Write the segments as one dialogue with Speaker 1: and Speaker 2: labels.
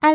Speaker 1: 艾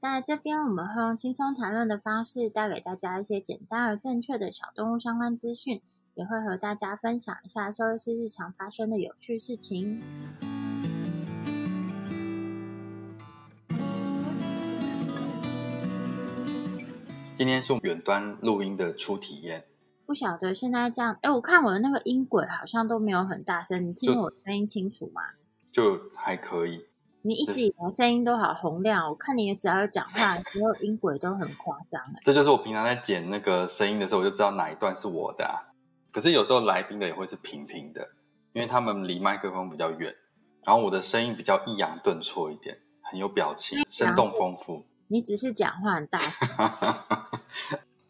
Speaker 1: 在这边，我们会用轻松谈论的方式，带给大家一些简单而正确的小动物相关资讯，也会和大家分享一下兽医师日常发生的有趣事情。
Speaker 2: 今天是远端录音的初体验，
Speaker 1: 不晓得现在这样，哎，我看我的那个音轨好像都没有很大声，你听
Speaker 2: 就
Speaker 1: 我声音清楚吗？
Speaker 2: 就还可以。
Speaker 1: 你一
Speaker 2: 这
Speaker 1: 直以来声音都好洪亮，我看你只要有讲话的时候音轨都很夸张、哎，
Speaker 2: 这就是我平常在剪那个声音的时候，我就知道哪一段是我的、啊。可是有时候来宾的也会是平平的，因为他们离麦克风比较远，然后我的声音比较抑扬顿挫一点，很有表情，生动丰富。
Speaker 1: 你只是讲话很大声，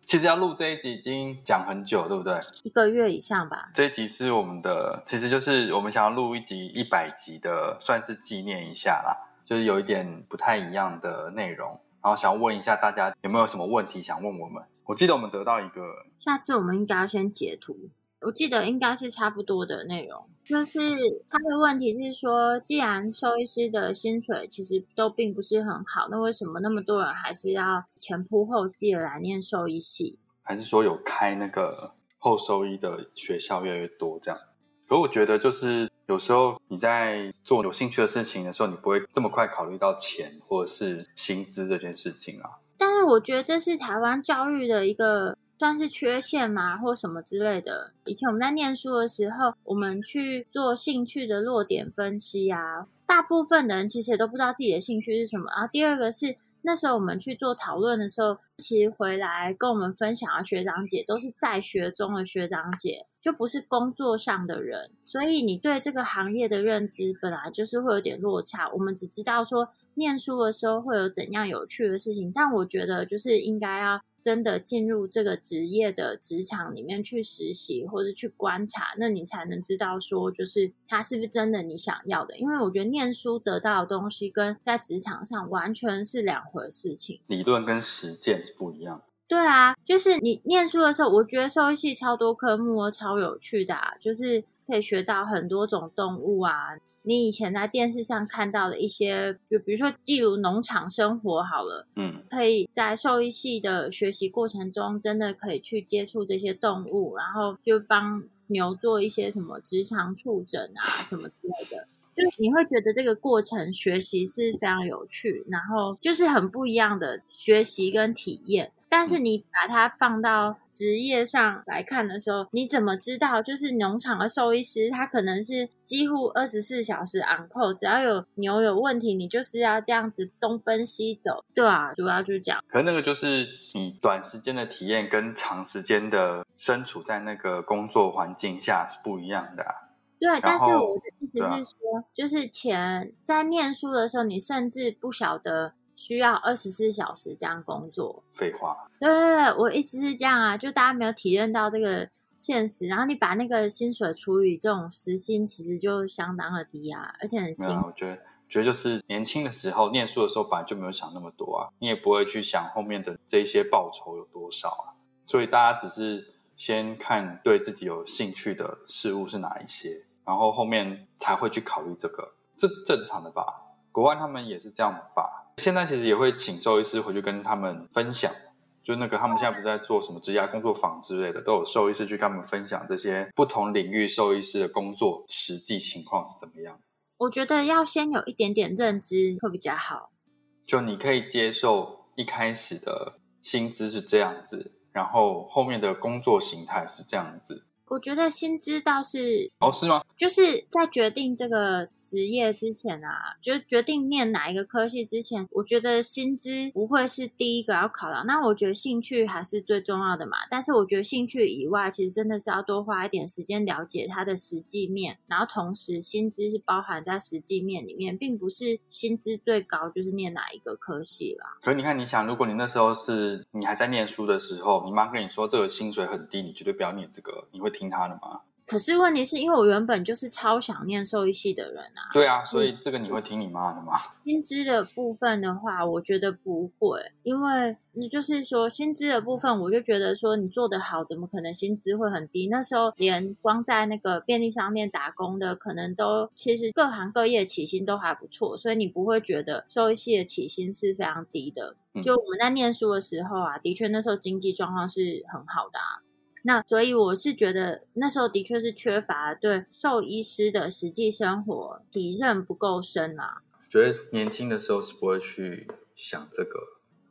Speaker 2: 其实要录这一集已经讲很久，对不对？
Speaker 1: 一个月以上吧。
Speaker 2: 这一集是我们的，其实就是我们想要录一集一百集的，算是纪念一下啦，就是有一点不太一样的内容，然后想问一下大家有没有什么问题想问我们？我记得我们得到一个，
Speaker 1: 下次我们应该要先截图，我记得应该是差不多的内容。就是他的问题是说，既然兽医师的薪水其实都并不是很好，那为什么那么多人还是要前仆后继的来念兽医系？
Speaker 2: 还是说有开那个后收医的学校越来越多这样？可我觉得就是有时候你在做有兴趣的事情的时候，你不会这么快考虑到钱或者是薪资这件事情啊。
Speaker 1: 但是我觉得这是台湾教育的一个算是缺陷嘛，或什么之类的。以前我们在念书的时候，我们去做兴趣的落点分析啊，大部分的人其实也都不知道自己的兴趣是什么。然后第二个是那时候我们去做讨论的时候，其实回来跟我们分享的学长姐都是在学中的学长姐，就不是工作上的人，所以你对这个行业的认知本来就是会有点落差。我们只知道说念书的时候会有怎样有趣的事情，但我觉得就是应该要真的进入这个职业的职场里面去实习或者去观察，那你才能知道说就是它是不是真的你想要的。因为我觉得念书得到的东西跟在职场上完全是两回事情。
Speaker 2: 理论跟实践是不一样的。
Speaker 1: 对啊，就是你念书的时候，我觉得兽医系超多科目哦，超有趣的、啊，就是可以学到很多种动物啊。你以前在电视上看到的一些，就比如说，例如农场生活好了，
Speaker 2: 嗯，
Speaker 1: 可以在兽医系的学习过程中，真的可以去接触这些动物，然后就帮牛做一些什么职场触诊啊什么之类的。就是你会觉得这个过程学习是非常有趣，然后就是很不一样的学习跟体验。但
Speaker 2: 嗯
Speaker 1: 是你把它放到职业上来看的时候，你怎么知道？就是农场的兽医师，他可能是几乎二十四小时 on call，只要有牛有问题，你就是要这样子东奔西走。对啊，主要就是这样。
Speaker 2: 可是那个就是你短时间的体验跟长时间的身处在那个工作环境下是不一样的、啊。
Speaker 1: 对，但是
Speaker 2: 后
Speaker 1: 我的意思
Speaker 2: 对啊
Speaker 1: 是说，就是前在念书的时候，你甚至不晓得需要二十四小时这样工作。
Speaker 2: 废话，
Speaker 1: 对对对，我意思是这样啊，就大家没有体验到这个现实，然后你把那个薪水除以这种时薪，其实就相当的低啊，而且很
Speaker 2: 没
Speaker 1: 辛
Speaker 2: 有啊，
Speaker 1: 苦。
Speaker 2: 我觉得。觉得就是年轻的时候，念书的时候本来就没有想那么多啊，你也不会去想后面的这一些报酬有多少啊，所以大家只是先看对自己有兴趣的事物是哪一些，然后后面才会去考虑这个，这是正常的吧？国外他们也是这样吧？现在其实也会请兽医师回去跟他们分享，就那个他们现在不是在做什么职涯工作坊之类的，都有兽医师去跟他们分享这些不同领域兽医师的工作实际情况是怎么样。
Speaker 1: 我觉得要先有一点点认知会比较好。
Speaker 2: 就你可以接受一开始的薪资是这样子，然后后面的工作形态是这样子。
Speaker 1: 我觉得薪资倒是
Speaker 2: 哦，是吗？
Speaker 1: 就是在决定这个职业之前啊，就是决定念哪一个科系之前，我觉得薪资不会是第一个要考量。那我觉得兴趣还是最重要的嘛。但是我觉得兴趣以外，其实真的是要多花一点时间了解它的实际面，然后同时薪资是包含在实际面里面，并不是薪资最高就是念哪一个科系啦。
Speaker 2: 可是你看，你想，如果你那时候是你还在念书的时候，你妈跟你说这个薪水很低，你绝对不要念这个，你会听她的吗？
Speaker 1: 可是问题是因为我原本就是超想念兽医系的人啊，
Speaker 2: 对啊，所以这个你会听你妈的吗？
Speaker 1: 薪资的部分的话，我觉得不会，因为你就是说薪资的部分，我就觉得说你做得好，怎么可能薪资会很低？那时候连光在那个便利商店打工的，可能都其实各行各业起薪都还不错，所以你不会觉得兽医系的起薪是非常低的。
Speaker 2: 嗯
Speaker 1: 就我们在念书的时候啊，的确那时候经济状况是很好的啊。那所以我是觉得那时候的确是缺乏对兽医师的实际生活体认不够深啊。
Speaker 2: 觉得年轻的时候是不会去想这个，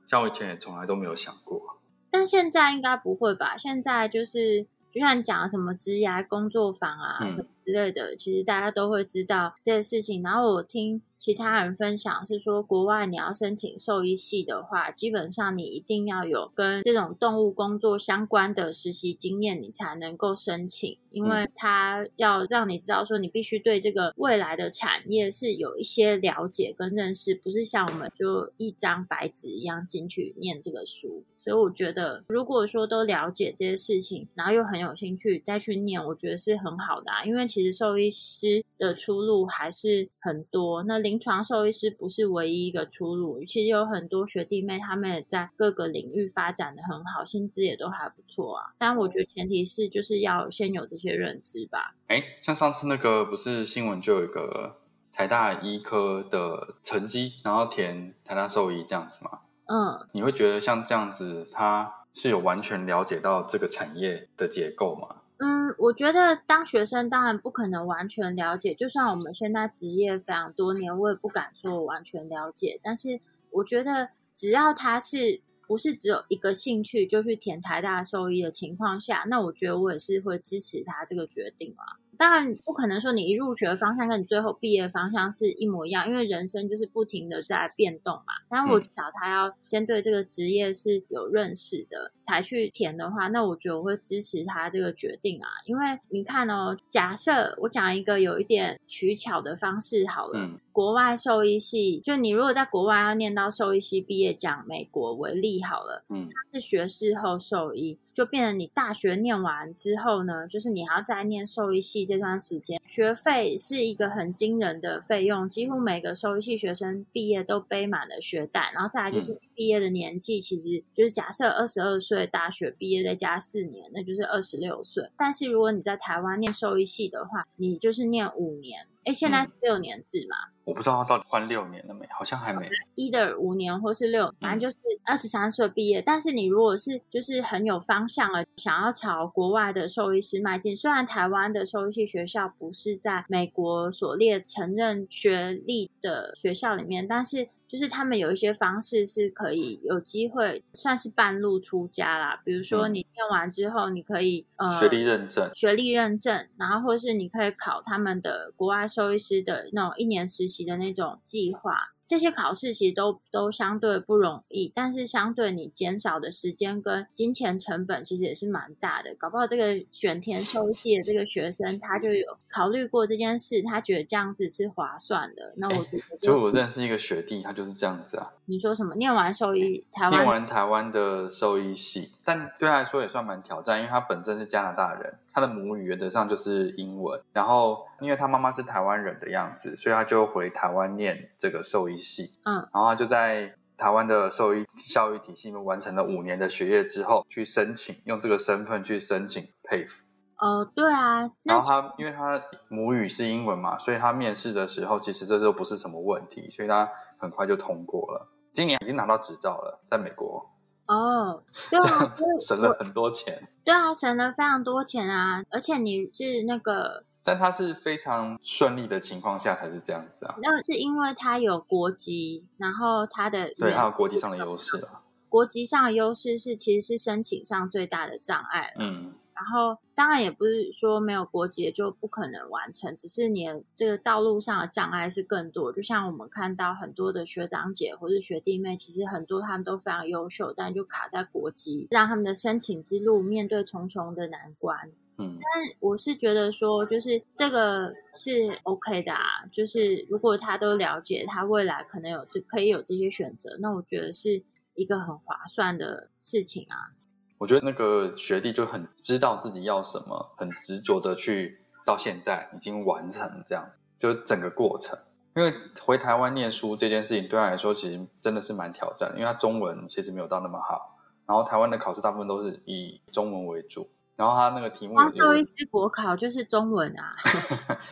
Speaker 2: 像我以前也从来都没有想过。
Speaker 1: 但现在应该不会吧？现在就是就像你讲的什么职涯工作坊啊、
Speaker 2: 嗯
Speaker 1: 什么之类的，其实大家都会知道这些事情。然后我听其他人分享是说，国外你要申请兽医系的话，基本上你一定要有跟这种动物工作相关的实习经验，你才能够申请，因为它要让你知道说你必须对这个未来的产业是有一些了解跟认识，不是像我们就一张白纸一样进去念这个书。所以我觉得，如果说都了解这些事情，然后又很有兴趣再去念，我觉得是很好的啊。因为其实兽医师的出路还是很多，那临床兽医师不是唯一一个出路，其实有很多学弟妹他们也在各个领域发展的很好，薪资也都还不错啊。但我觉得前提是就是要先有这些认知吧。
Speaker 2: 哎，像上次那个不是新闻就有一个台大医科的成绩，然后填台大兽医这样子嘛？
Speaker 1: 嗯，
Speaker 2: 你会觉得像这样子，他是有完全了解到这个产业的结构吗？
Speaker 1: 嗯，我觉得当学生当然不可能完全了解，就算我们现在职业非常多年，我也不敢说我完全了解。但是我觉得，只要他是不是只有一个兴趣就去填台大兽医的情况下，那我觉得我也是会支持他这个决定啊。当然不可能说你一入学方向跟你最后毕业方向是一模一样，因为人生就是不停的在变动嘛。但我
Speaker 2: 嗯
Speaker 1: 至少他要先对这个职业是有认识的，才去填的话，那我觉得我会支持他这个决定啊。因为你看哦，假设我讲一个有一点取巧的方式好了，
Speaker 2: 嗯
Speaker 1: 国外兽医系，就你如果在国外要念到兽医系毕业，讲美国为例好了。
Speaker 2: 嗯，
Speaker 1: 是学士后兽医，就变成你大学念完之后呢，就是你还要再念兽医系这段时间，学费是一个很惊人的费用，几乎每个兽医系学生毕业都背满了学贷，然后再来就是
Speaker 2: 嗯
Speaker 1: 毕业的年纪，其实就是假设二十二岁大学毕业再加四年，那就是二十六岁。但是如果你在台湾念兽医系的话，你就是念五年，哎，现在
Speaker 2: 嗯
Speaker 1: 是六年制嘛，
Speaker 2: 我不知道他到底换六年了没，好像还没。
Speaker 1: 一的五年或是六，反正就是二十三岁毕业。但是你如果是就是很有方向了，想要朝国外的兽医师迈进，虽然台湾的兽医系学校不是在美国所列承认学历的学校里面，但是。就是他们有一些方式是可以有机会算是半路出家啦，比如说
Speaker 2: 嗯
Speaker 1: 你念完之后，你可以呃
Speaker 2: 学历认证，
Speaker 1: 学历认证，然后或是你可以考他们的国外兽医师的那种一年实习的那种计划。这些考试其实都都相对不容易，但是相对你减少的时间跟金钱成本，其实也是蛮大的。搞不好这个选填兽医系的这个学生，他就有考虑过这件事，他觉得这样子是划算的。那我觉得
Speaker 2: 哎就
Speaker 1: 就，
Speaker 2: 我认识一个学弟，他就是这样子啊，
Speaker 1: 你说什么？念完兽医，台
Speaker 2: 念
Speaker 1: 湾
Speaker 2: 完台湾的兽医系，但对他来说也算蛮挑战，因为他本身是加拿大人，他的母语原则上就是英文，然后因为他妈妈是台湾人的样子，所以他就回台湾念这个兽医系，
Speaker 1: 嗯，
Speaker 2: 然后他就在台湾的兽医教育体系里面完成了五年的学业之后，去申请用这个身份去申请 PAVE。
Speaker 1: 哦、对啊，
Speaker 2: 然
Speaker 1: 那
Speaker 2: 后他因为他母语是英文嘛，所以他面试的时候其实这都不是什么问题，所以他很快就通过了。今年已经拿到执照了，在美国
Speaker 1: 哦，对 啊，所以
Speaker 2: 省了很多钱。
Speaker 1: 对啊，省了非常多钱啊！而且你是那个
Speaker 2: 但他是非常顺利的情况下才是这样子啊。
Speaker 1: 那是因为他有国籍，然后他的
Speaker 2: 对，
Speaker 1: 语
Speaker 2: 他有
Speaker 1: 言
Speaker 2: 国际上的优势啊。
Speaker 1: 国籍上的优势是其实是申请上最大的障碍了。
Speaker 2: 嗯，
Speaker 1: 然后当然也不是说没有国籍就不可能完成，只是你的这个道路上的障碍是更多。就像我们看到很多的学长姐或是学弟妹，其实很多他们都非常优秀，但就卡在国籍，让他们的申请之路面对重重的难关。
Speaker 2: 嗯，
Speaker 1: 我是觉得说，就是这个是 OK 的啊，就是如果他都了解，他未来可能有这可以有这些选择，那我觉得是一个很划算的事情啊。
Speaker 2: 我觉得那个学弟就很知道自己要什么，很执着的去到现在已经完成这样，就是整个过程。因为回台湾念书这件事情对他来说，其实真的是蛮挑战的，因为他中文其实没有到那么好，然后台湾的考试大部分都是以中文为主，然后他那个题目
Speaker 1: 光
Speaker 2: 也
Speaker 1: 兽医师国考就是中文啊，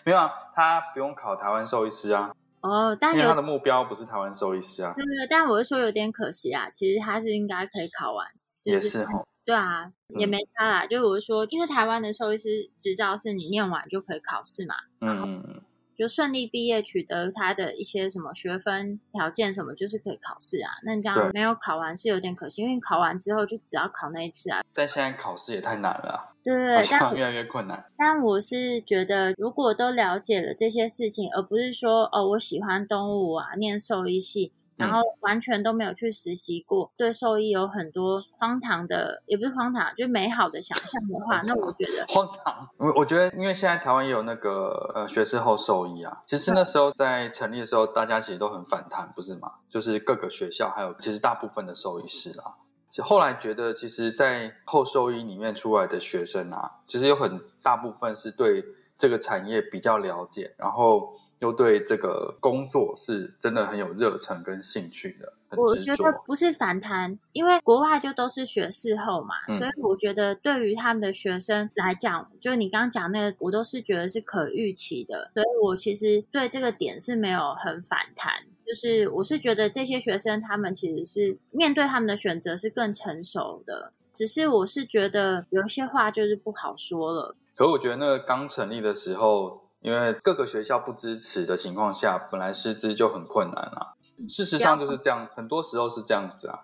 Speaker 2: 没有啊，他不用考台湾兽医师啊，
Speaker 1: 哦，但
Speaker 2: 因为他
Speaker 1: 有嗯
Speaker 2: 的目标不是台湾兽医师啊，
Speaker 1: 对对，但我是说有点可惜啊，其实他是应该可以考完，就
Speaker 2: 也是哦吼，
Speaker 1: 对啊，也
Speaker 2: 嗯
Speaker 1: 没差啦。就是我是说，因为台湾的兽医师执照是你念完就可以考试嘛，
Speaker 2: 嗯嗯嗯。
Speaker 1: 就顺利毕业取得他的一些什么学分条件什么，就是可以考试啊。那你这
Speaker 2: 对
Speaker 1: 样没有考完是有点可惜，因为你考完之后就只要考那一次啊。
Speaker 2: 但现在考试也太难了
Speaker 1: 对对
Speaker 2: 啊，好
Speaker 1: 对，但
Speaker 2: 像越来越困难。
Speaker 1: 但我是觉得，如果都了解了这些事情，而不是说哦，我喜欢动物啊，念兽医系，
Speaker 2: 嗯
Speaker 1: 然后完全都没有去实习过，对兽医有很多荒唐的，也不是荒唐，啊就是美好的想象的话，那我觉得
Speaker 2: 荒啊唐。 我我觉得，因为现在台湾也有那个呃学士后兽医啊，其实那时候在成立的时候，大家其实都很反弹，不是吗？就是各个学校还有其实大部分的兽医师啊，是后来觉得其实，在后兽医里面出来的学生啊，其实有很大部分是对这个产业比较了解，然后。又对这个工作是真的很有热忱跟兴趣的，很
Speaker 1: 我觉
Speaker 2: 执着。
Speaker 1: 得不是反弹，因为国外就都是学士后嘛，
Speaker 2: 嗯
Speaker 1: 所以我觉得对于他们的学生来讲，就你刚刚讲那个，我都是觉得是可预期的，所以我其实对这个点是没有很反弹。就是我是觉得这些学生他们其实是面对他们的选择是更成熟的，只是我是觉得有一些话就是不好说了。
Speaker 2: 可我觉得那个刚成立的时候，因为各个学校不支持的情况下，本来师资就很困难啊。事实上就是这样，很多时候是这样子啊。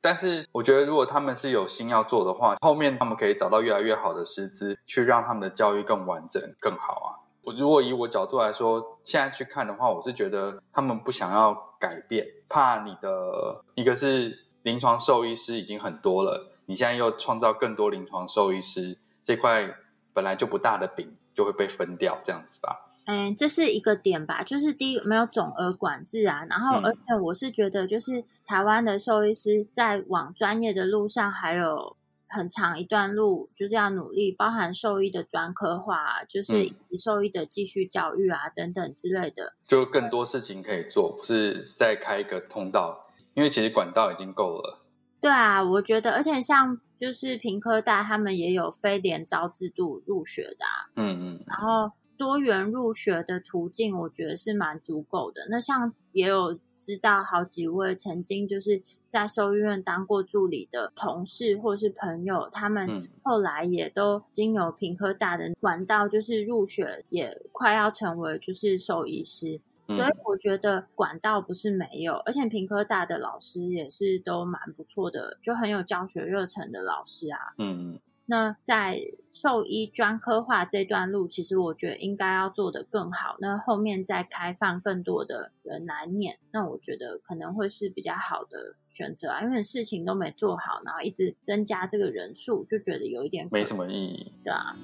Speaker 2: 但是我觉得，如果他们是有心要做的话，后面他们可以找到越来越好的师资，去让他们的教育更完整、更好啊。我如果以我角度来说，现在去看的话，我是觉得他们不想要改变，怕你的一个是临床兽医师已经很多了，你现在又创造更多临床兽医师这块本来就不大的饼就会被分掉，这样子吧。
Speaker 1: 嗯，这是一个点吧，就是第一个没有总额管制啊，然后
Speaker 2: 嗯
Speaker 1: 而且我是觉得，就是台湾的兽医师在往专业的路上还有很长一段路，就是要努力，包含兽医的专科化啊、就是
Speaker 2: 嗯
Speaker 1: 以及兽医的继续教育啊等等之类的。
Speaker 2: 就更多事情可以做，不是再开一个通道，因为其实管道已经够了。
Speaker 1: 对啊，我觉得，而且像就是平科大他们也有非联招制度入学的啊
Speaker 2: 嗯嗯
Speaker 1: 然后多元入学的途径，我觉得是蛮足够的。那像也有知道好几位曾经就是在兽医院当过助理的同事或是朋友，他们
Speaker 2: 嗯
Speaker 1: 后来也都经由平科大的管道，就是入学也快要成为就是兽医师。所以
Speaker 2: 嗯，
Speaker 1: 我觉得管道不是没有，而且平科大的老师也是都蛮不错的，就很有教学热忱的老师啊。
Speaker 2: 嗯嗯，
Speaker 1: 那在兽医专科化这段路，其实我觉得应该要做得更好。那后面再开放更多的人来念，那我觉得可能会是比较好的选择啊。因为事情都没做好，然后一直增加这个人数，就觉得有一点
Speaker 2: 没什
Speaker 1: 么。
Speaker 2: 么意义。
Speaker 1: 对啊，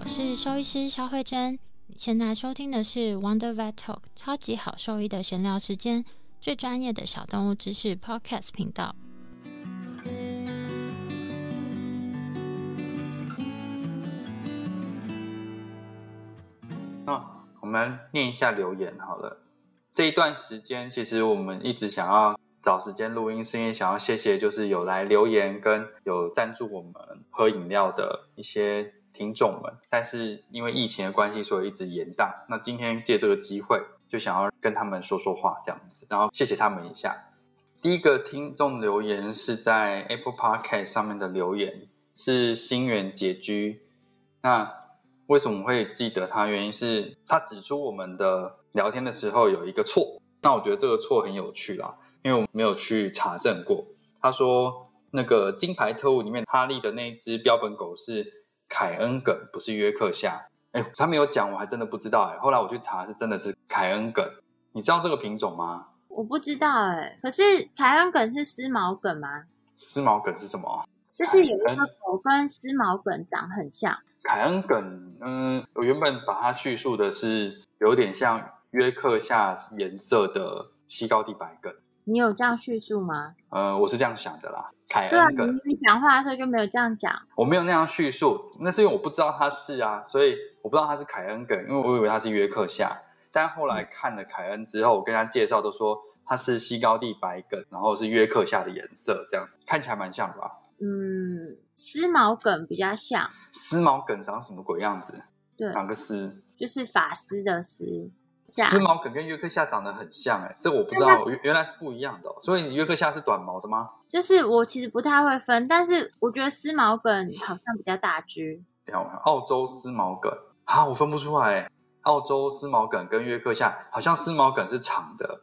Speaker 3: 我是兽医师肖慧珍。你现在收听的是 Wonder Vet Talk 超级好兽医的闲聊时间，最专业的小动物知识 Podcast 频道。
Speaker 2: 那啊我们来念一下留言好了。这一段时间，其实我们一直想要找时间录音，是因为想要谢谢就是有来留言跟有赞助我们喝饮料的一些听众们。但是因为疫情的关系，所以一直延宕。那今天借这个机会，就想要跟他们说说话这样子，然后谢谢他们一下。第一个听众留言是在 Apple Podcast 上面的留言，是新垣结居。那为什么会记得他？原因是他指出我们的聊天的时候有一个错，那我觉得这个错很有趣啦，因为我没有去查证过。他说那个《金牌特务》里面哈利的那一只标本狗是凯恩梗，不是约克夏。哎，他没有讲，我还真的不知道哎。后来我去查，是真的是凯恩梗。你知道这个品种吗？
Speaker 1: 我不知道哎、可是凯恩梗是丝毛梗吗？
Speaker 2: 丝毛梗是什么啊？
Speaker 1: 就是有一个狗跟丝毛梗长很像，
Speaker 2: 凯恩梗，嗯，我原本把它叙述的是有点像约克夏颜色的西高地白梗，
Speaker 1: 你有这样叙述吗？
Speaker 2: 呃，我是这样想的啦。凯
Speaker 1: 对啊，
Speaker 2: 恩
Speaker 1: 你
Speaker 2: 梗，
Speaker 1: 你讲话的时候就没有这样讲。
Speaker 2: 我没有那样叙述，那是因为我不知道它是啊，所以我不知道它是凯恩梗，因为我以为它是约克夏，但后来看了凯恩之后，我跟他介绍都说它是西高地白梗，然后是约克夏的颜色，这样看起来蛮像的吧？
Speaker 1: 嗯，丝毛梗比较像，
Speaker 2: 丝毛梗长什么鬼样子？
Speaker 1: 对，
Speaker 2: 哪个丝？
Speaker 1: 就是法师的丝下
Speaker 2: 丝毛梗跟约克夏长得很像哎、这我不知
Speaker 1: 但
Speaker 2: 道，原原来是不一样的哦、所以你约克夏是短毛的吗？
Speaker 1: 就是我其实不太会分，但是我觉得丝毛梗好像比较大只。
Speaker 2: 等一下我看，澳洲丝毛梗啊，我分不出来欸。澳洲丝毛梗跟约克夏好像丝毛梗是长的，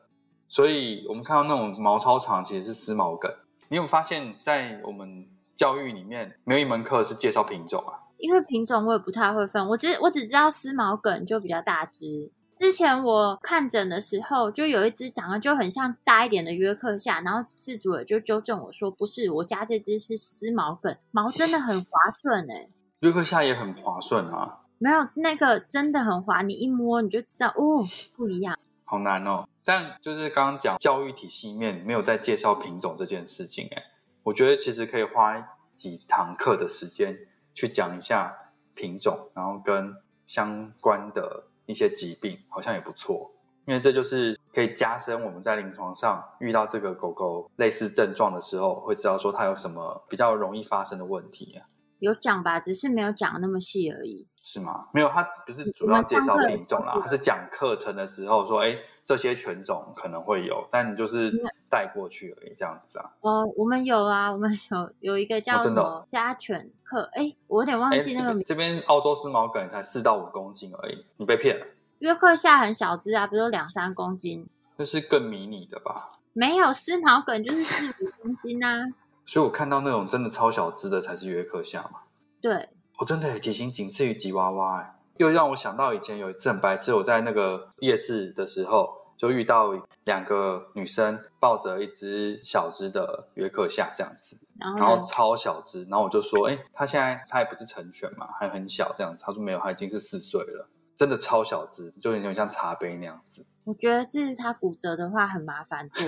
Speaker 2: 所以我们看到那种毛超长其实是丝毛梗。你有发现，在我们教育里面没有一门课是介绍品种啊？
Speaker 1: 因为品种我也不太会分，我只我只知道丝毛梗就比较大只。之前我看诊的时候，就有一只长得就很像大一点的约克夏，然后饲主也就纠正我说，不是，我家这只是丝毛梗，毛真的很滑顺哎、
Speaker 2: 约克夏也很滑顺啊，
Speaker 1: 没有那个真的很滑，你一摸你就知道哦，不一样。
Speaker 2: 好难哦。但就是刚刚讲教育体系里面没有在介绍品种这件事情、欸，哎，我觉得其实可以花几堂课的时间去讲一下品种，然后跟相关的一些疾病，好像也不错。因为这就是可以加深我们在临床上遇到这个狗狗类似症状的时候，会知道说它有什么比较容易发生的问题、啊，
Speaker 1: 有讲吧，只是没有讲那么细而已。
Speaker 2: 是吗？没有，它不是主
Speaker 1: 我
Speaker 2: 要
Speaker 1: 们
Speaker 2: 介
Speaker 1: 上
Speaker 2: 绍
Speaker 1: 课
Speaker 2: 品种啦，它是讲课程的时候说，哎，这些犬种可能会有，但你就是带过去而已，这样子啊。
Speaker 1: 哦，我们有啊，我们有有一个叫
Speaker 2: 哦
Speaker 1: 什
Speaker 2: 真的哦
Speaker 1: 么家犬课，哎、我有点忘
Speaker 2: 哎，
Speaker 1: 记
Speaker 2: 这
Speaker 1: 那个名
Speaker 2: 边
Speaker 1: 字。
Speaker 2: 这边澳洲丝毛梗才四到五公斤而已，你被骗了，
Speaker 1: 约克夏很小只啊，不都两三公斤？
Speaker 2: 这是更迷你的吧？
Speaker 1: 没有丝毛梗就是四五公斤啊。
Speaker 2: 所以我看到那种真的超小只的才是约克夏嘛。
Speaker 1: 对，
Speaker 2: 我、真的耶体型仅次于吉娃娃耶，又让我想到以前有一次很白痴，我在那个夜市的时候就遇到两个女生抱着一只小只的约克夏这样子，
Speaker 1: 然后
Speaker 2: 然后
Speaker 1: 呢
Speaker 2: 超小只，然后我就说，哎、它现在它也不是成犬嘛，还很小这样子，他说没有，它已经是四岁了，真的超小只，就有点像茶杯那样子。
Speaker 1: 我觉得这是它骨折的话很麻烦做。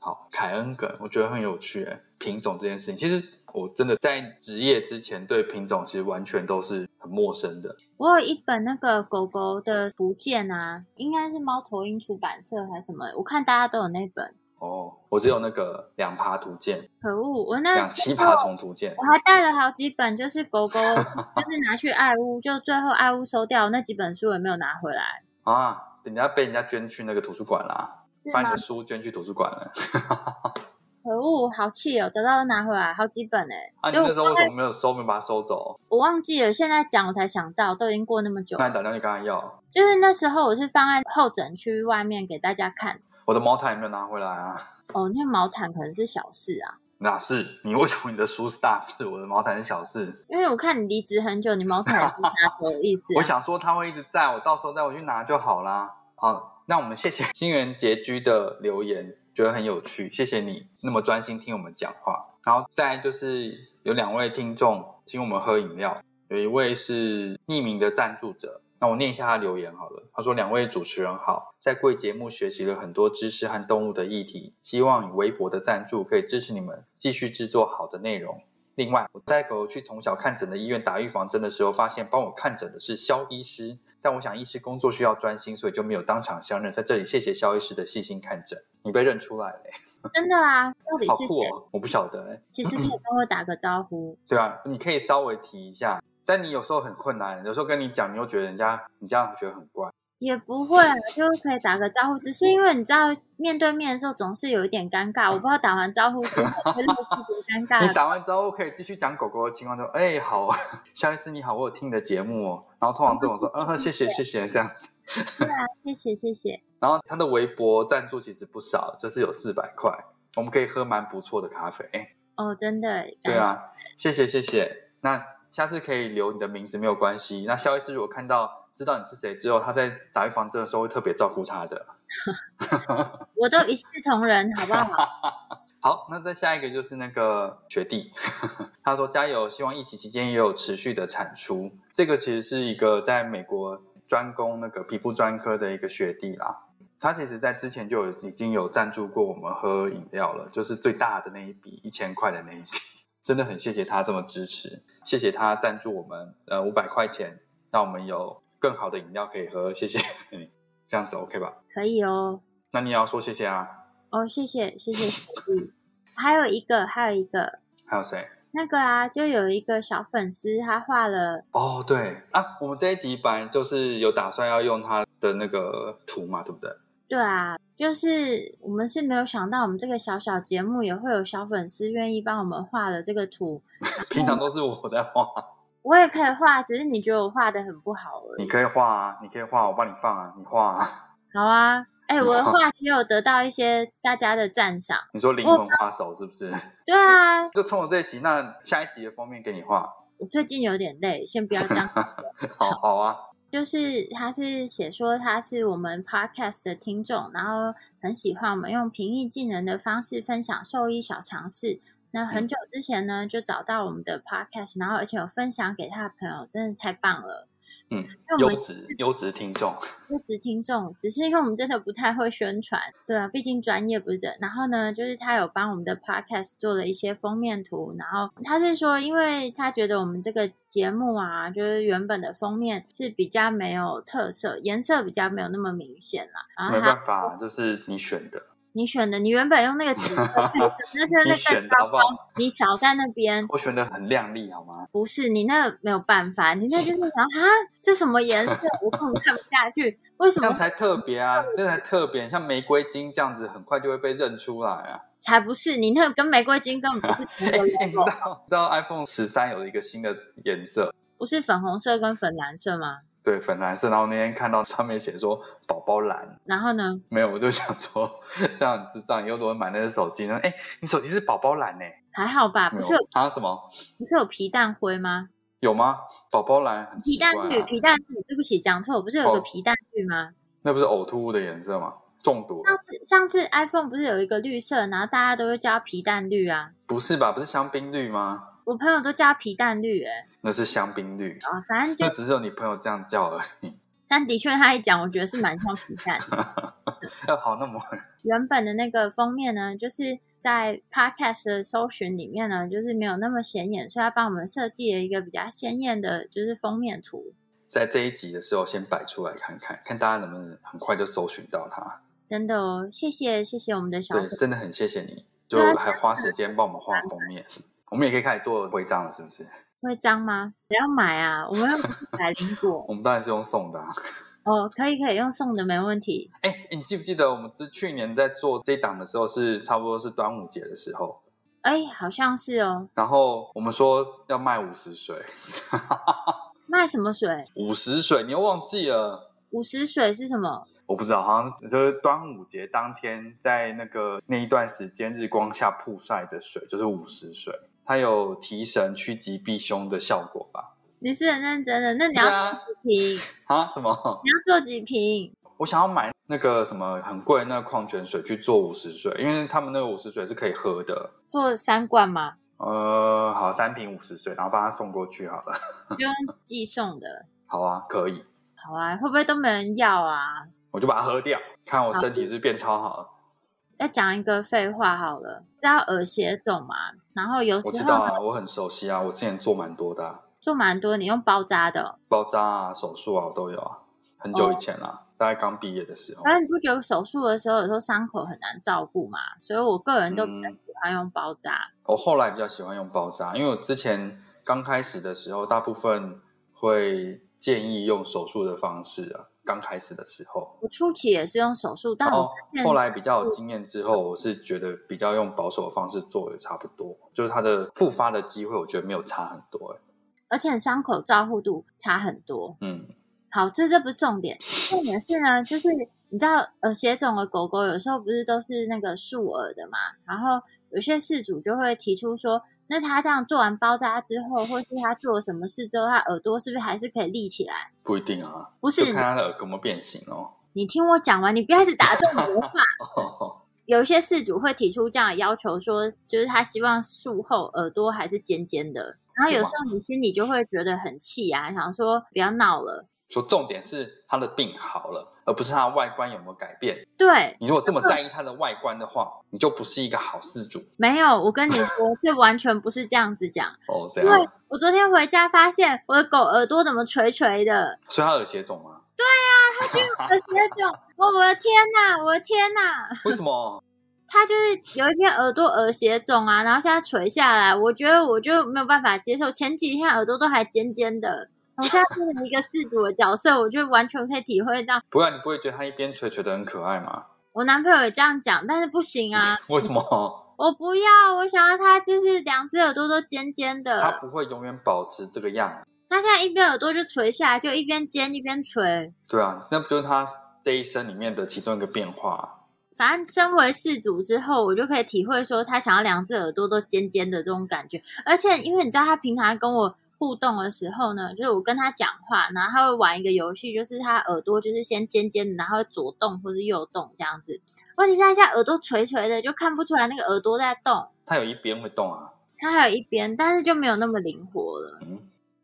Speaker 2: 好，凯恩梗我觉得很有趣耶，品种这件事情，其实我真的在职业之前对品种其实完全都是很陌生的。
Speaker 1: 我有一本那个狗狗的图鉴啊，应该是猫头鹰出版社还是什么，我看大家都有那本。
Speaker 2: 哦，我只有那个两爬图鉴，
Speaker 1: 可恶，我那
Speaker 2: 两栖爬虫图鉴
Speaker 1: 我。还带了好几本，就是狗狗就是拿去爱屋，就最后爱屋收掉那几本书也没有拿回来，
Speaker 2: 啊，人家被人家捐去那个图书馆啦，
Speaker 1: 是
Speaker 2: 把你
Speaker 1: 吗
Speaker 2: 的？书捐去图书馆了。
Speaker 1: 可恶，好气哦！找到都拿回来，好几本哎、
Speaker 2: 啊，你
Speaker 1: 就
Speaker 2: 那时候
Speaker 1: 我
Speaker 2: 为什么没有收，没把它收走？
Speaker 1: 我忘记了，现在讲我才想到，都已经过那么久
Speaker 2: 那
Speaker 1: 了。
Speaker 2: 你打电话去跟他要。
Speaker 1: 就是那时候我是放在候诊区外面给大家看。
Speaker 2: 我的毛毯也没有拿回来啊。
Speaker 1: 哦，那毛毯可能是小事啊，
Speaker 2: 哪是？你为什么你的书是大事，我的毛毯是小事？
Speaker 1: 因为我看你离职很久，你毛毯已经拿走的意思、
Speaker 2: 我
Speaker 1: 啊。
Speaker 2: 想说它会一直在，我到时候带我去拿就好啦。好，那我们谢谢新垣结居的留言，觉得很有趣，谢谢你那么专心听我们讲话。然后再来就是有两位听众请我们喝饮料，有一位是匿名的赞助者，那我念一下他留言好了。他说：“两位主持人好，在贵节目学习了很多知识和动物的议题，希望以微薄的赞助可以支持你们继续制作好的内容。另外，我带狗去从小看诊的医院打预防针的时候，发现帮我看诊的是肖医师，但我想医师工作需要专心，所以就没有当场相认。在这里谢谢肖医师的细心看诊，你被认出来了、
Speaker 1: 真的啊，到底
Speaker 2: 好
Speaker 1: 是
Speaker 2: 酷
Speaker 1: 谁？
Speaker 2: 哦！我不晓得、欸，
Speaker 1: 其实可以跟我打个招呼。
Speaker 2: 对啊，你可以稍微提一下，但你有时候很困难，有时候跟你讲，你又觉得人家你这样觉得很怪。
Speaker 1: 也不会啊，就是可以打个招呼，只是因为你知道面对面的时候总是有一点尴尬，我不知道打完招呼之 后会露出多尴
Speaker 2: 你
Speaker 1: 尬。
Speaker 2: 打完招呼可以继续讲狗狗的情况，说：“哎、好， 肖医师你好，我有听你的节目哦。”然后通常这种说：“嗯，谢谢谢谢。”这样子。
Speaker 1: 啊谢谢谢谢，
Speaker 2: 然后他的微博赞助其实不少，就是有四百块，我们可以喝蛮不错的咖啡。哎
Speaker 1: 哦，真的，
Speaker 2: 对
Speaker 1: 感谢，
Speaker 2: 啊，谢谢谢谢。那下次可以留你的名字没有关系。那肖医师如果看到知道你是谁之后，他在打预防针的时候会特别照顾他的。
Speaker 1: 我都一视同仁，好不好？
Speaker 2: 好，那再下一个就是那个学弟， 他说加油，希望疫情期间也有持续的产出。这个其实是一个在美国专攻那个皮肤专科的一个学弟啦。他其实，在之前就有已经有赞助过我们喝饮料了，就是最大的那一笔一千块的那一笔，真的很谢谢他这么支持，谢谢他赞助我们呃五百块钱，让我们有更好的饮料可以喝，谢谢 你，这样子 OK 吧？
Speaker 1: 可以哦，
Speaker 2: 那你也要说谢谢啊，
Speaker 1: 哦，谢谢谢谢小弟。还有一个，还有一个，
Speaker 2: 还有谁？
Speaker 1: 那个啊，就有一个小粉丝，他画了，
Speaker 2: 哦，对啊，我们这一集本来就是有打算要用它的那个图嘛，对不对？
Speaker 1: 对啊，就是我们是没有想到，我们这个小小节目也会有小粉丝愿意帮我们画了这个图，
Speaker 2: 平常都是我在画，
Speaker 1: 我也可以画，只是你觉得我画的很不好而
Speaker 2: 你
Speaker 1: 已。
Speaker 2: 可以画啊，你可以画，我帮你放啊，你画啊。
Speaker 1: 好啊，哎、我的
Speaker 2: 好
Speaker 1: 画也有得到一些大家的赞赏。
Speaker 2: 你说灵魂画手是不是？
Speaker 1: 对啊，
Speaker 2: 就冲我这一集，那下一集的封面给你画，
Speaker 1: 我最近有点累，先不要这样。
Speaker 2: 好好啊。
Speaker 1: 就是他是写说他是我们 podcast 的听众，然后很喜欢我们用平易近人的方式分享兽医小常识。那很久之前呢，就找到我们的 podcast，然后而且有分享给他的朋友，真的太棒了。
Speaker 2: 嗯，
Speaker 1: 因为我
Speaker 2: 优
Speaker 1: 们啊
Speaker 2: 质优质听众，
Speaker 1: 不止听众，只是因为我们真的不太会宣传，对啊，毕竟专业不是这。然后呢，就是他有帮我们的 podcast 做了一些封面图，然后他是说，因为他觉得我们这个节目啊，就是原本的封面是比较没有特色，颜色比较没有那么明显啦。然后
Speaker 2: 没
Speaker 1: 他
Speaker 2: 办法，啊就是你选的，
Speaker 1: 你选的，你原本用那 个紫色配色，那真的
Speaker 2: 你
Speaker 1: 更
Speaker 2: 选的好
Speaker 1: 糟
Speaker 2: 不
Speaker 1: 糕，
Speaker 2: 好？
Speaker 1: 你少在那边。
Speaker 2: 我选的很亮丽，好吗？
Speaker 1: 不是你那没有办法，你那就是想啊，这什么颜色，我根本看不下去，为什
Speaker 2: 这
Speaker 1: 么
Speaker 2: 样才特别啊，那才特别，像玫瑰金这样子，很快就会被认出来啊。
Speaker 1: 才不是，你那个跟玫瑰金根本不是同一个
Speaker 2: 哎你知
Speaker 1: logo，
Speaker 2: 道，你知道 iPhone 十三有一个新的颜色，
Speaker 1: 不是粉红色跟粉蓝色吗？
Speaker 2: 对，粉蓝色。然后那天看到上面写说宝宝蓝，
Speaker 1: 然后呢？
Speaker 2: 没有，我就想说这样很智障，以后怎么买那个手机呢？哎，你手机是宝宝蓝呢、欸
Speaker 1: 还好吧，
Speaker 2: 没
Speaker 1: 不是有
Speaker 2: 啊？什么
Speaker 1: 不是有皮蛋灰吗？
Speaker 2: 有吗？宝宝蓝很
Speaker 1: 皮
Speaker 2: 奇
Speaker 1: 蛋
Speaker 2: 怪啊
Speaker 1: 绿，皮蛋绿，对不起，讲错，不是有一个
Speaker 2: 哦
Speaker 1: 皮蛋绿吗？
Speaker 2: 那不是呕吐物的颜色吗？中毒
Speaker 1: 上次上次 iPhone 不是有一个绿色，然后大家都会叫它皮蛋绿啊，
Speaker 2: 不是吧？不是香槟绿吗？
Speaker 1: 我朋友都叫它皮蛋绿、欸，哎，
Speaker 2: 那是香槟绿，
Speaker 1: 啊，反正
Speaker 2: 那
Speaker 1: 就，
Speaker 2: 只是有你朋友这样叫而已。
Speaker 1: 但的确他一讲，我觉得是蛮像皮蛋的。
Speaker 2: 那好，那么
Speaker 1: 原本的那个封面呢，就是在 podcast 的搜寻里面呢，就是没有那么显眼，所以他帮我们设计了一个比较鲜艳的，就是封面图，
Speaker 2: 在这一集的时候先摆出来看看，看大家能不能很快就搜寻到它。
Speaker 1: 真的哦，谢谢谢谢我们的小
Speaker 2: 对，
Speaker 1: 粉，
Speaker 2: 真的很谢谢你，就
Speaker 1: 对啊
Speaker 2: 还花时间帮我们画封面。我们也可以开始做徽章了，是不是？
Speaker 1: 会脏吗？不要买啊，我们又不是百灵
Speaker 2: 我
Speaker 1: 果
Speaker 2: 们当然是用送的、啊。
Speaker 1: 哦，可以可以用送的没问题，
Speaker 2: 哎，你记不记得我们之去年在做这一档的时候，是差不多是端午节的时候，
Speaker 1: 哎，好像是哦，
Speaker 2: 然后我们说要卖五十水，
Speaker 1: 卖什么水？
Speaker 2: 五十水你又忘记了。
Speaker 1: 五十水是什么？
Speaker 2: 我不知道，好像就是端午节当天，在那个那一段时间日光下曝晒的水，就是五十水，它有提神、趋吉避凶的效果吧？
Speaker 1: 你是很认真的，那你
Speaker 2: 对
Speaker 1: 要
Speaker 2: 啊
Speaker 1: 做几瓶？
Speaker 2: 啊？什么？
Speaker 1: 你要做几瓶？
Speaker 2: 我想要买那个什么很贵的那个矿泉水去做五十水，因为他们那个五十水是可以喝的。
Speaker 1: 做三罐吗？
Speaker 2: 呃，好，三瓶五十水，然后把它送过去好了。
Speaker 1: 不用寄送的，
Speaker 2: 好啊，可以，
Speaker 1: 好啊，会不会都没人要啊？
Speaker 2: 我就把它喝掉，看我身体是不是变超好了。
Speaker 1: 要讲一个废话好了，知道耳血肿嘛？然后有
Speaker 2: 我知
Speaker 1: 时
Speaker 2: 道
Speaker 1: 候
Speaker 2: 啊，我很熟悉啊，我之前做蛮多的、啊，
Speaker 1: 做蛮多，你用包扎的哦，
Speaker 2: 包扎啊、手术啊，我都有啊，很久以前啦、大概刚毕业的时候。
Speaker 1: 反正你不觉得手术的时候有时候伤口很难照顾嘛？所以我个人都比较
Speaker 2: 嗯
Speaker 1: 喜欢用包扎。
Speaker 2: 我后来比较喜欢用包扎，因为我之前刚开始的时候，大部分会建议用手术的方式啊，刚开始的时候。
Speaker 1: 我初期也是用手术，但
Speaker 2: 然
Speaker 1: 我
Speaker 2: 后
Speaker 1: 发现
Speaker 2: 哦后来比较有经验之后，我是觉得比较用保守的方式做也差不多，就是它的复发的机会，我觉得没有差很多、欸。
Speaker 1: 而且伤口照护度差很多。
Speaker 2: 嗯，
Speaker 1: 好，这这不是重点，重点是呢，就是你知道，呃，血肿的狗狗有时候不是都是那个竖耳的嘛，然后有些事主就会提出说，那他这样做完包扎之后，或是他做了什么事之后，他耳朵是不是还是可以立起来？
Speaker 2: 不一定啊，
Speaker 1: 不是
Speaker 2: 就看它的耳根膜变形哦。
Speaker 1: 你听我讲完，你不要一直打断我的话。
Speaker 2: 哦，
Speaker 1: 有一些事主会提出这样的要求说，就是他希望术后耳朵还是尖尖的。然后有时候你心里就会觉得很气啊，想说不要闹了。
Speaker 2: 说重点是它的病好了，而不是它的外观有没有改变。
Speaker 1: 对，
Speaker 2: 你如果这么在意它的外观的话，你就不是一个好事主
Speaker 1: 没有，我跟你说，这完全不是这样子讲。
Speaker 2: 哦。这
Speaker 1: 因为
Speaker 2: 样，
Speaker 1: 我昨天回家发现我的狗耳朵怎么垂垂的，
Speaker 2: 所以它耳血肿啊吗？
Speaker 1: 我的那种，哦我我的天呐，我的天呐！
Speaker 2: 为什么？
Speaker 1: 它就是有一天耳朵耳血肿啊，然后现在垂下来，我觉得我就没有办法接受。前几天耳朵都还尖尖的，我现在变成一个事主的角色，我就完全可以体会到。
Speaker 2: 不然你不会觉得它一边垂垂的很可爱吗？
Speaker 1: 我男朋友也这样讲，但是不行啊，
Speaker 2: 为 什么？
Speaker 1: 我不要，我想要它就是两只耳朵都尖尖
Speaker 2: 它
Speaker 1: 的，
Speaker 2: 不会永远保持这个样。
Speaker 1: 它现在一边耳朵就垂下来，就一边尖一边垂。
Speaker 2: 对啊，那不就是它这一生里面的其中一个变化啊、
Speaker 1: 反正身为事主之后，我就可以体会说他想要两只耳朵都尖尖的这种感觉。而且因为你知道他平常跟我互动的时候呢， 就是我跟他讲话，然后他会玩一个游戏，就是他耳朵就是先尖尖的，然后左动或是右动这样子。问题是他现在耳朵垂垂的，就看不出来那个耳朵在动。
Speaker 2: 它有一边会动啊，
Speaker 1: 它还有一边，但是就没有那么灵活了。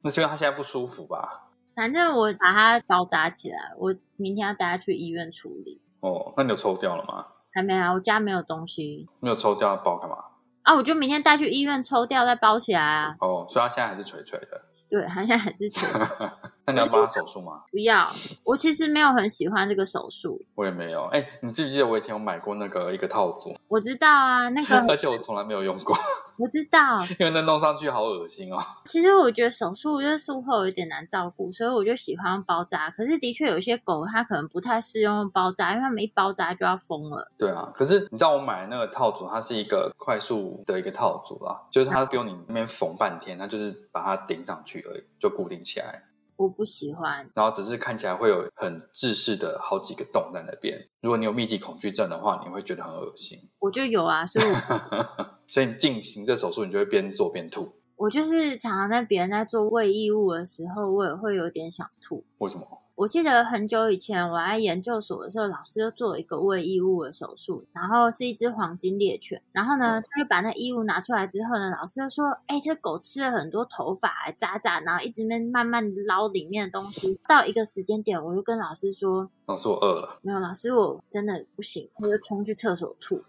Speaker 2: 那是因为它现在不舒服吧？
Speaker 1: 反正我把它包扎起来，我明天要带它去医院处理。
Speaker 2: 哦，那你有抽掉了吗？
Speaker 1: 还没啊，我家没有东西
Speaker 2: 没有抽掉包干嘛？
Speaker 1: 啊，我就明天带去医院抽掉再包起来啊。
Speaker 2: 哦，所以它现在还是垂垂的。
Speaker 1: 对，他现在还是钱
Speaker 2: 那你要帮它手术吗？
Speaker 1: 不要。我其实没有很喜欢这个手术，
Speaker 2: 我也没有。哎、你记不记得我以前有买过那个一个套组，
Speaker 1: 我知道啊，那个
Speaker 2: 而且我从来没有用过，
Speaker 1: 我知道。
Speaker 2: 因为那弄上去好恶心哦。
Speaker 1: 其实我觉得手术就是术后有点难照顾，所以我就喜欢用包扎。可是的确有些狗它可能不太适用用包扎，因为它们一包扎就要疯了。
Speaker 2: 对啊，可是你知道我买的那个套组，它是一个快速的一个套组啦，就是它不用你那边缝半天，它就是把它顶上去而已，就固定起来，
Speaker 1: 我不喜欢，
Speaker 2: 然后只是看起来会有很制式的好几个洞在那边。如果你有密集恐惧症的话，你会觉得很恶心，
Speaker 1: 我就有啊，所以我
Speaker 2: 所以你进行这手术，你就会边做边吐。
Speaker 1: 我就是常常在别人在做胃异物的时候，我也会有点想吐。
Speaker 2: 为什么？
Speaker 1: 我记得很久以前我在研究所的时候，老师就做了一个胃异物的手术，然后是一只黄金猎犬，然后呢，他就把那异物拿出来之后呢，老师就说：“哎、这狗吃了很多头发，还渣渣，然后一直在慢慢捞里面的东西。”到一个时间点，我就跟老师说
Speaker 2: 老师，哦我饿了。：“
Speaker 1: 没有，老师，我真的不行，我就冲去厕所吐。”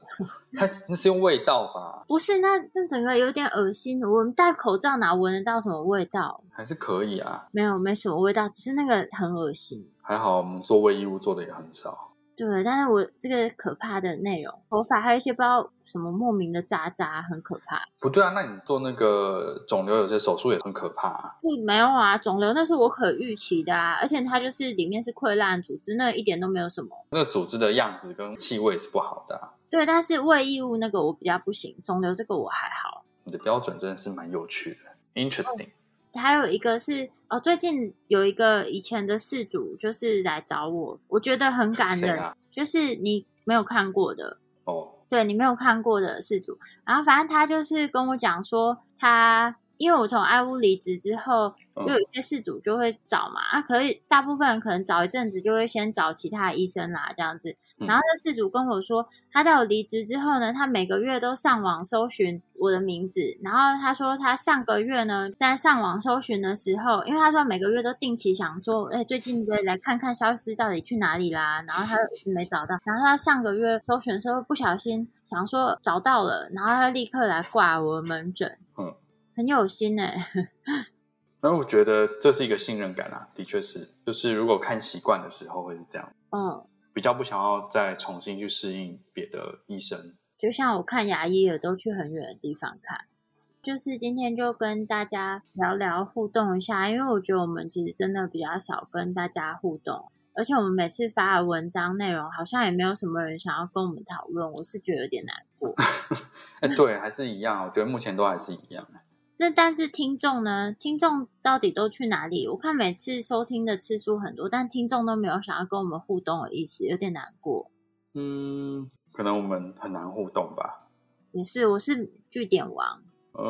Speaker 2: 它那是用味道吧？
Speaker 1: 不是，那那整个有点恶心。我们戴口罩哪闻得到什么味道？
Speaker 2: 还是可以啊，
Speaker 1: 没有，没什么味道，只是那个很恶心。
Speaker 2: 还好我们做胃衣物做的也很少。
Speaker 1: 对，但是我这个可怕的内容，头发还有一些不知道什么莫名的渣渣，很可怕。
Speaker 2: 不对啊，那你做那个肿瘤有些手术也很可怕、啊，
Speaker 1: 不，没有啊，肿瘤那是我可预期的啊，而且它就是里面是溃烂组织，那一点都没有什么。
Speaker 2: 那个组织的样子跟气味是不好的、啊。
Speaker 1: 对，但是胃异物那个我比较不行，肿瘤这个我还好。
Speaker 2: 你的标准真的是蛮有趣的，interesting。
Speaker 1: 还有一个是哦，最近有一个以前的事主就是来找我，我觉得很感
Speaker 2: 谁
Speaker 1: 人，
Speaker 2: 啊？
Speaker 1: 就是你没有看过的，
Speaker 2: 哦，
Speaker 1: 对你没有看过的事主。然后反正他就是跟我讲说他。因为我从爱屋离职之后，
Speaker 2: 嗯
Speaker 1: 就有一些事主就会找嘛，啊，可以大部分人可能找一阵子就会先找其他的医生啦，这样子。
Speaker 2: 嗯
Speaker 1: 然后这事主跟我说，他在我离职之后呢，他每个月都上网搜寻我的名字，然后他说他上个月呢，在上网搜寻的时候，因为他说每个月都定期想说，哎，最近可以来看看消失到底去哪里啦，然后他一直没找到，然后他上个月搜寻的时候不小心想说找到了，然后他立刻来挂我的门诊，
Speaker 2: 嗯，
Speaker 1: 很有心哎、
Speaker 2: 然后我觉得这是一个信任感啊，的确是，就是如果看习惯的时候会是这样，
Speaker 1: 嗯，
Speaker 2: 比较不想要再重新去适应别的医生。
Speaker 1: 就像我看牙医也都去很远的地方看。就是今天就跟大家聊聊互动一下，因为我觉得我们其实真的比较少跟大家互动。而且我们每次发的文章内容，好像也没有什么人想要跟我们讨论，我是觉得有点难过。
Speaker 2: 哎，对，还是一样，我觉得目前都还是一样。啊
Speaker 1: 那但是听众呢？听众到底都去哪里？我看每次收听的次数很多，但听众都没有想要跟我们互动的意思，有点难过。
Speaker 2: 嗯，可能我们很难互动吧。
Speaker 1: 也是，我是据点王，
Speaker 2: 呃，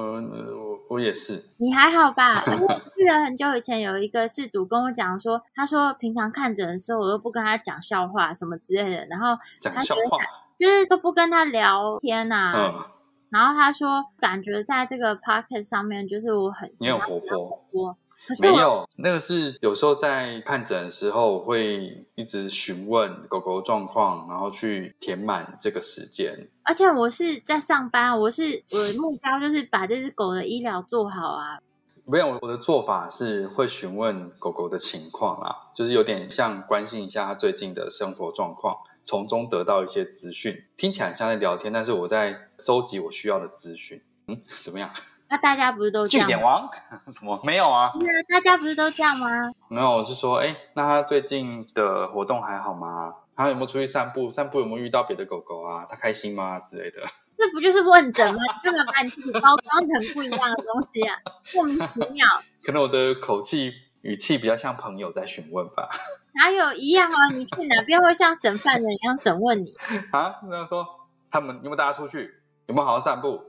Speaker 2: 我我也是，
Speaker 1: 你还好 吧？哎我记得很久以前有一个事主跟我讲说，他说平常看诊的时候，我都不跟他讲笑话什么之类的，然后
Speaker 2: 讲笑话，
Speaker 1: 就是都不跟他聊天呐、啊。
Speaker 2: 嗯，
Speaker 1: 然后他说，感觉在这个 p o c k e t 上面，就是我很
Speaker 2: 你很活泼。
Speaker 1: 我可是
Speaker 2: 没
Speaker 1: 我
Speaker 2: 有，那个是有时候在看诊的时候我会一直询问狗狗状况，然后去填满这个时间。
Speaker 1: 而且我是在上班，我是我的目标就是把这只狗的医疗做好啊。
Speaker 2: 没有，我的做法是会询问狗狗的情况啦，就是有点像关心一下它最近的生活状况，从中得到一些资讯。听起来很像在聊天，但是我在收集我需要的资讯。嗯，怎么样？
Speaker 1: 那、啊大家不是都这
Speaker 2: 据
Speaker 1: 样
Speaker 2: 点
Speaker 1: 吗？
Speaker 2: 王？ 什么？没有啊。
Speaker 1: 对啊，大家不是都这样吗？
Speaker 2: 没有，我是说，哎，那他最近的活动还好吗？他有没有出去散步？散步有没有遇到别的狗狗啊？他开心吗？之类的。
Speaker 1: 那不就是问诊吗？你干嘛把你自己包装成不一样的东西啊？莫名其妙，
Speaker 2: 可能我的口气语气比较像朋友在询问吧。
Speaker 1: 哪有一样啊？你去哪边会像审犯人一样审问你？
Speaker 2: 啊，那说他们有没有带他出去？有没有好好散步？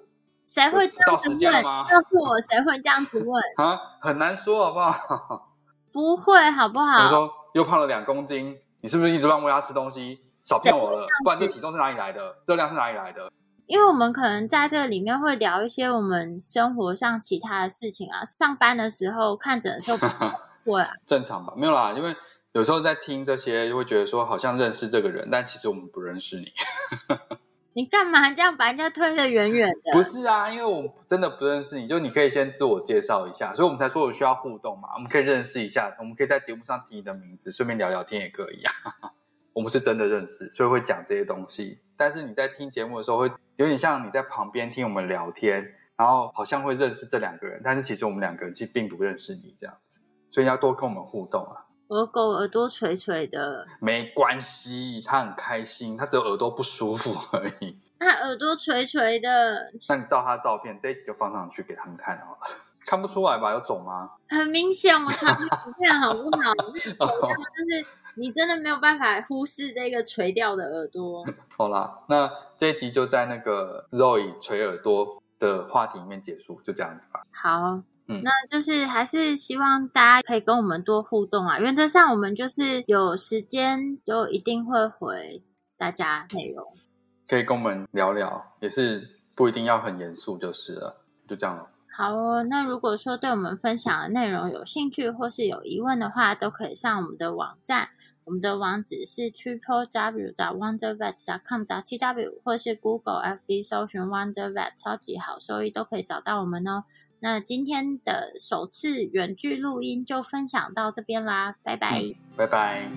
Speaker 1: 谁会这样
Speaker 2: 到
Speaker 1: 子
Speaker 2: 时间了
Speaker 1: 问？
Speaker 2: 吗
Speaker 1: 告诉我谁会这样子问？
Speaker 2: 啊，很难说好不好？
Speaker 1: 不会，好不
Speaker 2: 我
Speaker 1: 好？
Speaker 2: 说又胖了两公斤，你是不是一直乱喂它吃东西？少骗我了，不然这体重是哪里来的？热量是哪里来的？
Speaker 1: 因为我们可能在这里面会聊一些我们生活上其他的事情啊，上班的时候、看诊的时候不 会啊。
Speaker 2: 正常吧？没有啦，因为有时候在听这些，就会觉得说好像认识这个人，但其实我们不认识你。
Speaker 1: 你干嘛这样把人家推得远远的？
Speaker 2: 不是啊，因为我真的不认识你，就你可以先自我介绍一下，所以我们才说我需要互动嘛，我们可以认识一下，我们可以在节目上提你的名字，顺便聊聊天也可以啊。 我们是真的认识，所以会讲这些东西。但是你在听节目的时候，会有点像你在旁边听我们聊天，然后好像会认识这两个人，但是其实我们两个人其实并不认识你这样子，所以要多跟我们互动啊。
Speaker 1: 我的狗耳朵垂垂的，
Speaker 2: 没关系，他很开心，他只有耳朵不舒服而已。
Speaker 1: 那耳朵垂垂的，
Speaker 2: 那你照他的照片，这一集就放上去给他们看好了。 看不出来吧？有肿吗？
Speaker 1: 很明显，我传给你看好不好？
Speaker 2: 哦，
Speaker 1: 就是你真的没有办法忽视这个垂掉的耳朵。
Speaker 2: 好啦，那这一集就在那个 Zoe 垂耳朵的话题里面结束，就这样子吧。
Speaker 1: 好，
Speaker 2: 嗯
Speaker 1: 那就是还是希望大家可以跟我们多互动啊。原则上，我们就是有时间就一定会回大家内容。
Speaker 2: 可以跟我们聊聊，也是不一定要很严肃就是了，就这样了。
Speaker 1: 好哦，那如果说对我们分享的内容有兴趣或是有疑问的话，都可以上我们的网站，我们的网址是 triple w 找 wondervet com 找 t w 或是 Google F B 搜寻 wondervet 超级好收益都可以找到我们哦。那今天的首次远距录音就分享到这边啦，拜拜。
Speaker 2: 拜拜。